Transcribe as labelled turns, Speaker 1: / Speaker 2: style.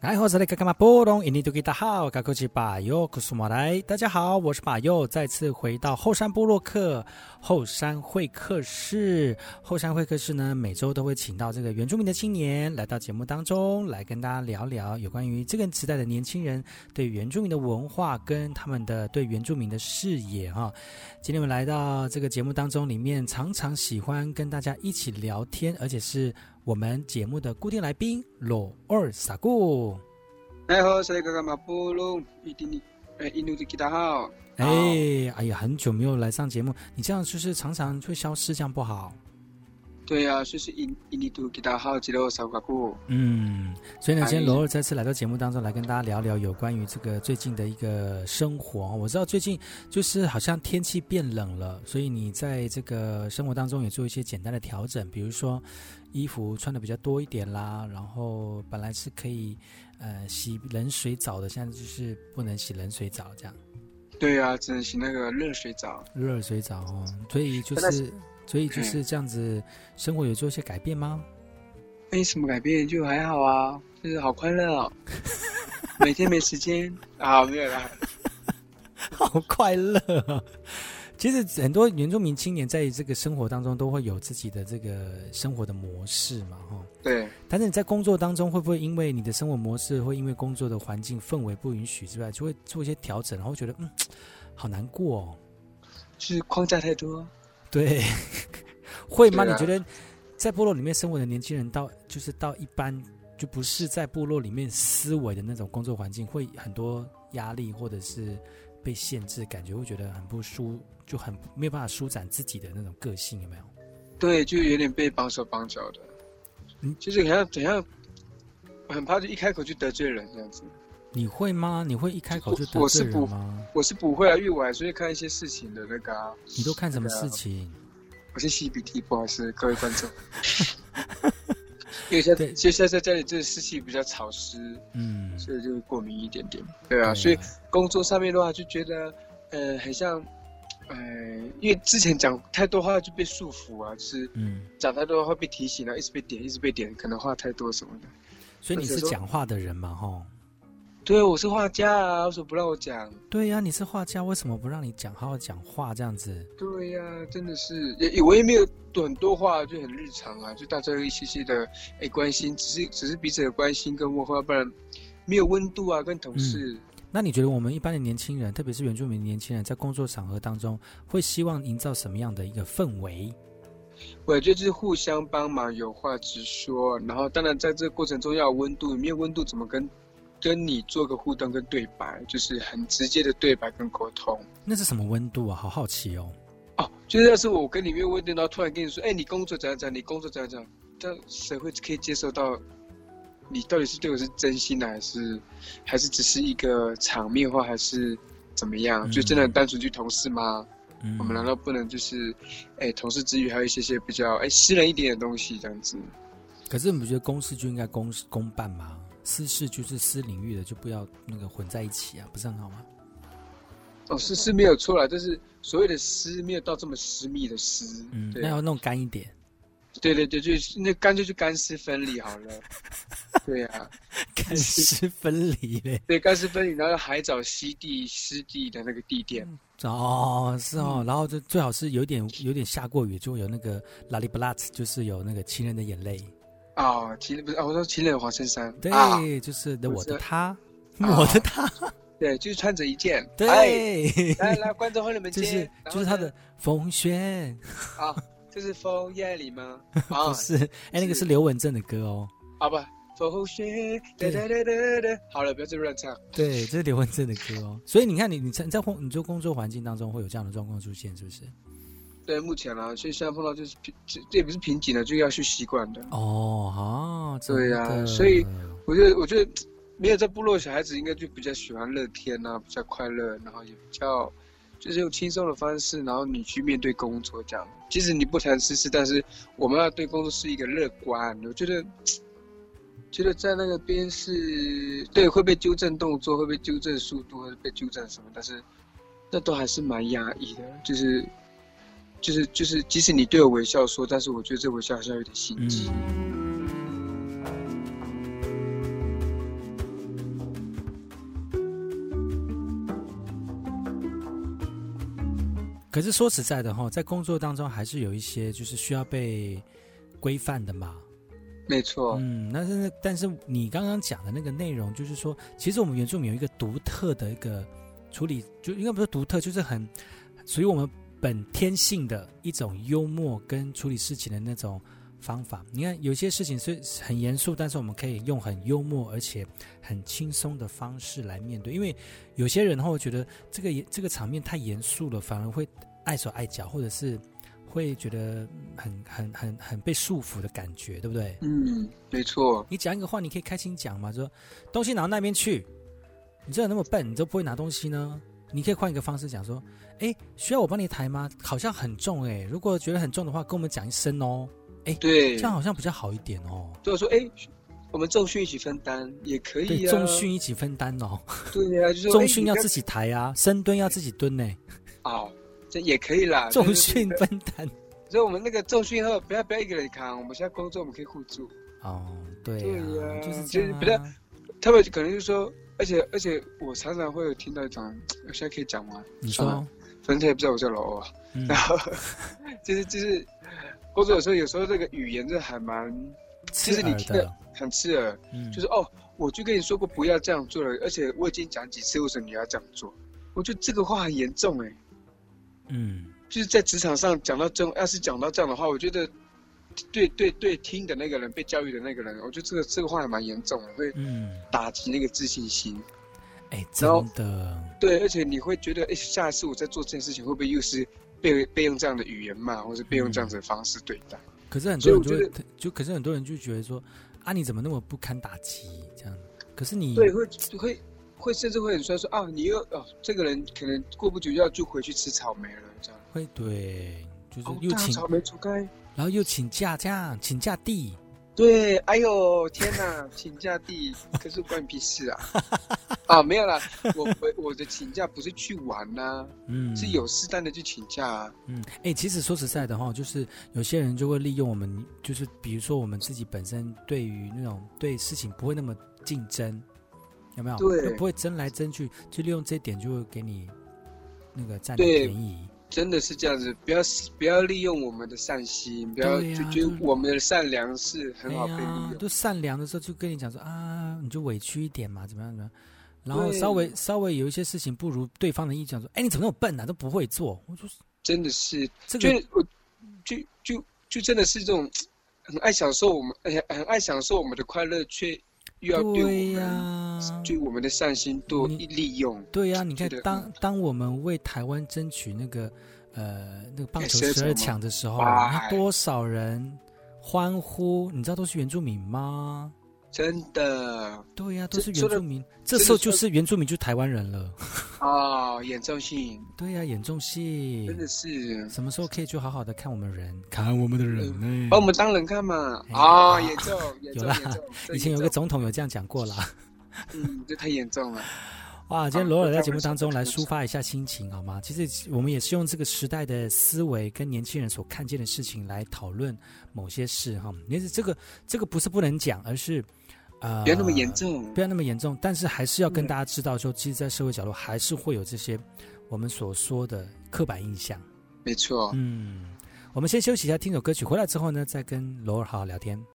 Speaker 1: 哎，我是那个干嘛波隆，印尼土吉大好，卡库奇巴尤库苏马来，大家好，我是巴尤，再次回到后山部落客后山会客室。后山会客室呢，每周都会请到这个原住民的青年来到节目当中，来跟大家聊聊有关于这个时代的年轻人对原住民的文化跟他们的对原住民的视野哈、今天我们来到这个节目当中，里面常常喜欢跟大家一起聊天，而且是我们节目的固定来宾罗二傻固。
Speaker 2: 哎好，是那个干嘛布隆，一定呃，印度的吉他好。
Speaker 1: 哎
Speaker 2: 哦，
Speaker 1: 哎呀，很久没有来上节目，你这样就是常常会消失，这样不好。
Speaker 2: 对呀、啊，就是印印尼土吉他好，记得少个过。
Speaker 1: 嗯，所以呢，
Speaker 2: 哎
Speaker 1: 今天罗二再次来到节目当中，来跟大家聊聊有关于这个最近的一个生活。我知道最近就是好像天气变冷了，所以你在这个生活当中也做一些简单的调整，比如说衣服穿的比较多一点啦，然后本来是可以呃洗冷水澡的，现在就是不能洗冷水澡这样，
Speaker 2: 对呀、只能洗那个热水澡。
Speaker 1: 热水澡哦。所以就
Speaker 2: 真的
Speaker 1: 是
Speaker 2: 是
Speaker 1: 所以就是这样子，生活有做一些改变吗？
Speaker 2: 没什么改变，就还好啊，就是好快乐哦。每天没时间啊，没有啦。
Speaker 1: 好快乐、啊。 其实很多原住民青年在这个生活当中都会有自己的这个生活的模式嘛，哈。
Speaker 2: 对，
Speaker 1: 但是你在工作当中会不会因为你的生活模式，会因为工作的环境氛围不允许之外，就会做一些调整，然后觉得嗯，好难过、哦。
Speaker 2: 就是框架太多。
Speaker 1: 对， 会吗？
Speaker 2: 对啊
Speaker 1: 你觉得在部落里面生活的年轻人到，就是到一般就不是在部落里面思维的那种工作环境，会很多压力或者是被限制，感觉会觉得很不舒，就很没有办法舒展自己的那种个性，有没有？
Speaker 2: 对，就有点被绑手绑脚的。
Speaker 1: 嗯
Speaker 2: 就是好像怎样，我很怕就一开口就得罪人这样子。
Speaker 1: 你会吗？你会一开口就得
Speaker 2: 我是
Speaker 1: 罪人
Speaker 2: 不
Speaker 1: 吗？
Speaker 2: 我是不会啊，因为我还是会看一些事情的那个、啊。
Speaker 1: 你都看什么
Speaker 2: 对啊
Speaker 1: 事情？
Speaker 2: 我是吸鼻涕，不好意思，各位观 众。因为现在
Speaker 1: 对
Speaker 2: 现在在家里，这湿气比较潮湿，
Speaker 1: 嗯，
Speaker 2: 所以就过敏一点点。对
Speaker 1: 对
Speaker 2: 啊，所以工作上面的话，就觉得呃，很像，呃，因为之前讲太多话就被束缚啊，就是
Speaker 1: 嗯，
Speaker 2: 讲太多话被提醒啊，一直被点，一直被点，可能话太多什么的。
Speaker 1: 所以你
Speaker 2: 而且
Speaker 1: 是
Speaker 2: 说
Speaker 1: 讲话的人嘛，哈。
Speaker 2: 对，我是画家啊，为什么不让我讲？
Speaker 1: 对呀、你是画家，为什么不让你讲好好讲话这样子？
Speaker 2: 对呀、真的是也也我也没有很多话，就很日常啊，就大家一些些的哎、关心，只是只是彼此的关心跟问候，要不然没有温度啊，跟同事。
Speaker 1: 那你觉得我们一般的年轻人，特别是原住民年轻人，在工作场合当中，会希望营造什么样的一个氛围？
Speaker 2: 我觉得就是互相帮忙，有话直说，然后当然在这个过程中要有温度，没有温度怎么跟跟你做个互动跟对白，就是很直接的对白跟沟通。
Speaker 1: 那是什么温度啊？好好奇哦。
Speaker 2: 哦，就是要是我跟你没有温度，然后突然跟你说，哎、你工作怎样怎样，你工作怎样怎样，这谁会可以接受到？你到底是对我是真心的，还是还是只是一个场面话，还是怎么样？
Speaker 1: 嗯
Speaker 2: 就真的很单纯去同事吗？
Speaker 1: 嗯，
Speaker 2: 我们难道不能就是，哎、同事之余还有一些些比较哎、私人一点的东西这样子？
Speaker 1: 可是你不觉得公事就应该公公办吗？私事就是私领域的，就不要那个混在一起啊，不是很好吗？
Speaker 2: 哦，
Speaker 1: 嗯
Speaker 2: 是是没有错啦，就是所谓的私没有到这么私密的私，
Speaker 1: 嗯，
Speaker 2: 对啊
Speaker 1: 那要弄干一点，
Speaker 2: 对对对，就是那干脆就干湿分离好 了。对呀、啊。
Speaker 1: 干湿分离嘞。
Speaker 2: 对，干湿分离，然后海藻湿地湿地的那个地点，
Speaker 1: 嗯哦，是哦，然后就最好是有点有点下过雨，就有那个拉里布拉兹，就是有那个情人的眼泪。
Speaker 2: 哦，情不是哦，我说情人黄衬衫，
Speaker 1: 对，
Speaker 2: 啊，
Speaker 1: 就是的，我的
Speaker 2: 是
Speaker 1: 他，
Speaker 2: 啊
Speaker 1: 我的他，
Speaker 2: 对，就是穿着一件，哎，
Speaker 1: 对。
Speaker 2: 来来，观众朋友 们
Speaker 1: 就
Speaker 2: 接，
Speaker 1: 是
Speaker 2: 然后
Speaker 1: 就是他
Speaker 2: 呢
Speaker 1: 的风轩，
Speaker 2: 啊，这是枫叶里吗？
Speaker 1: 不
Speaker 2: 啊
Speaker 1: 是，哎，那个
Speaker 2: 是
Speaker 1: 是刘文正的歌哦。
Speaker 2: 啊不，风雪哒哒哒哒哒，好了，不要这么乱唱，
Speaker 1: 对，这是刘文正的歌哦。所以你看你，你在在工你做工作环境当中会有这样的状况出现，是不是？
Speaker 2: 对，目前啦，所以现在碰到就是瓶，这这也不是瓶颈了，就要去习惯的。
Speaker 1: 哦，好、真
Speaker 2: 对呀
Speaker 1: 的嗯
Speaker 2: 所以我觉得，我觉得没有在部落，小孩子应该就比较喜欢乐天啊，比较快乐，然后也比较就是用轻松的方式，然后你去面对工作这样。即使你不谈私事，但是我们要对工作是一个乐观。我觉得，觉得在那个边是对会被纠正动作，会被纠正速度，会被纠正什么，但是那都还是蛮压抑的，就是。就是就是，即使你对我微笑说，但是我觉得这微嗯笑好像有点心机。
Speaker 1: 嗯。可是说实在的哈、在工作当中还是有一些就是需要被规范的嘛。
Speaker 2: 没错，
Speaker 1: 嗯，但是但是你刚刚讲的那个内容，就是说，其实我们原住民有一个独特的一个处理，就应该不是独特，就是很属于我们本天性的一种幽默跟处理事情的那种方法。你看，有些事情是很严肃，但是我们可以用很幽默而且很轻松的方式来面对，因为有些人会觉得这个这个场面太严肃了，反而会碍手碍脚，或者是。会觉得很很很很被束缚的感觉，对不对？
Speaker 2: 嗯，没错，
Speaker 1: 你讲一个话，你可以开心讲嘛，说东西拿到那边去，你这人那么笨，你都不会拿东西呢？你可以换一个方式讲说，哎，需要我帮你抬吗？好像很重哎、如果觉得很重的话，跟我们讲一声哦，
Speaker 2: 对
Speaker 1: 这。样好像比较好一点哦。
Speaker 2: 就是说，哎、我们重训一起分担也可
Speaker 1: 对
Speaker 2: 以，啊，
Speaker 1: 重，训一起分担哦，
Speaker 2: 对呀、就是说
Speaker 1: 重训要
Speaker 2: 哎你
Speaker 1: 自己抬啊，深蹲要自己蹲呢、
Speaker 2: 看哦，这也可以啦。
Speaker 1: 重训分担。
Speaker 2: 所以我们那个重训后不要不要一个人扛，我们现在工作我们可以互助。
Speaker 1: 哦，对
Speaker 2: 对
Speaker 1: 啊，
Speaker 2: 呀
Speaker 1: 就是这
Speaker 2: 就是比较
Speaker 1: 样、啊。
Speaker 2: 他们可能就说，而且而且我常常会有听到一种，我现在可以讲吗？
Speaker 1: 你
Speaker 2: 算了
Speaker 1: 说，
Speaker 2: 反正他也不知道我叫老欧啊。
Speaker 1: 嗯
Speaker 2: 然后就是就是工作的时候，有时候这个语言真的还蛮
Speaker 1: 刺
Speaker 2: 就是你
Speaker 1: 耳
Speaker 2: 听得
Speaker 1: 的，
Speaker 2: 很刺耳，
Speaker 1: 嗯，
Speaker 2: 就是哦，我就跟你说过不要这样做了，而且我已经讲几次，为什么你要这样做？我觉得这个话很严重哎、
Speaker 1: 嗯，
Speaker 2: 就是在职场上讲到这种，要是讲到这样的话，我觉得对对对，听的那个人被教育的那个人，我觉得这个这个话还蛮严重的，会
Speaker 1: 嗯，
Speaker 2: 打击那个自信心。
Speaker 1: 哎，真
Speaker 2: 然后
Speaker 1: 的，
Speaker 2: 对，而且你会觉得，哎，下一次我在做这件事情，会不会又是被被用这样的语言骂，或是被用这样子的方式对待？
Speaker 1: 可是很多
Speaker 2: 所以
Speaker 1: 人
Speaker 2: 我
Speaker 1: 就会
Speaker 2: 觉
Speaker 1: 就，可是很多人就觉得说，啊，你怎么那么不堪打击这样？可是你
Speaker 2: 对，会会会甚至会很酸说啊，你又哦，这个人可能过不久要就回去吃草莓了，这样。
Speaker 1: 会对，就是
Speaker 2: 哦，
Speaker 1: 又
Speaker 2: 大
Speaker 1: 请，
Speaker 2: 草莓煮开。
Speaker 1: 然后又请假，这样请假地，
Speaker 2: 对，哎呦天哪，请假地，可是关你屁事啊！啊，没有啦，我我我的请假不是去玩呐、
Speaker 1: 嗯，
Speaker 2: 是有适当的去请假啊。
Speaker 1: 嗯，哎、其实说实在的哈，就是有些人就会利用我们，就是比如说我们自己本身对于那种对事情不会那么竞争，有没有？
Speaker 2: 对
Speaker 1: 就不会争来争去，就利用这点就会给你那个占你
Speaker 2: 对
Speaker 1: 便宜。
Speaker 2: 真的是这样子，不要不要利用我们的善心，不要
Speaker 1: 对呀
Speaker 2: 就觉得我们的善良是很好被利
Speaker 1: 哎呀
Speaker 2: 用。
Speaker 1: 就善良的时候就跟你讲说啊，你就委屈一点嘛，怎么样怎么样。然后
Speaker 2: 对
Speaker 1: 稍微稍微有一些事情不如对方的意见，说，哎，你怎么那么笨啊，都不会做。我说
Speaker 2: 真的是，
Speaker 1: 这
Speaker 2: 就
Speaker 1: 个
Speaker 2: 我就就就真的是这种很爱享受我们，很很爱享受我们的快乐，却又要对
Speaker 1: 对
Speaker 2: 我
Speaker 1: 呀、嗯
Speaker 2: 们对我们的善心多
Speaker 1: 你
Speaker 2: 利用。
Speaker 1: 对呀、你看
Speaker 2: 觉得
Speaker 1: 当当我们为台湾争取那个呃那个棒球
Speaker 2: 哎
Speaker 1: 十
Speaker 2: 谁
Speaker 1: 二
Speaker 2: 怎么
Speaker 1: 强的时候，
Speaker 2: 哎
Speaker 1: 你看多少人欢呼，你知道都是原住民吗？
Speaker 2: 真的
Speaker 1: 对呀、都
Speaker 2: 这
Speaker 1: 是原
Speaker 2: 说得
Speaker 1: 住民，这
Speaker 2: 这
Speaker 1: 时候
Speaker 2: 个
Speaker 1: 就
Speaker 2: 说
Speaker 1: 是原住民就是台湾人了。
Speaker 2: 啊，严重性
Speaker 1: 对呀、严重性
Speaker 2: 真的是
Speaker 1: 什么时候可以就好好的看我们人，看我们的人呢、
Speaker 2: 把我们当人看嘛
Speaker 1: 哎
Speaker 2: 啊，
Speaker 1: 啊
Speaker 2: 严重严重
Speaker 1: 有啦
Speaker 2: 严重，这
Speaker 1: 以前有个
Speaker 2: 严重
Speaker 1: 总统有这样讲过 啦。
Speaker 2: 嗯，这太严重了，
Speaker 1: 哇，今天
Speaker 2: 啊
Speaker 1: 罗尔
Speaker 2: 就
Speaker 1: 在
Speaker 2: 当
Speaker 1: 节目
Speaker 2: 然是
Speaker 1: 当中来
Speaker 2: 这样
Speaker 1: 抒
Speaker 2: 子
Speaker 1: 发一下心情，好吗？其实我们也是用这个时代的思维跟年轻人所看见的事情来讨论某些事哈。也是这个这个不是不能讲，而是呃
Speaker 2: 不要那么严，重
Speaker 1: 不。要那么严重，但是还是要跟
Speaker 2: 嗯
Speaker 1: 大家知道说，其实，在社会角落还是会有这些我们所说的刻板印象。
Speaker 2: 没错，
Speaker 1: 嗯，我们先休息一下，听首歌曲，回来之后呢，再跟罗尔好好聊天。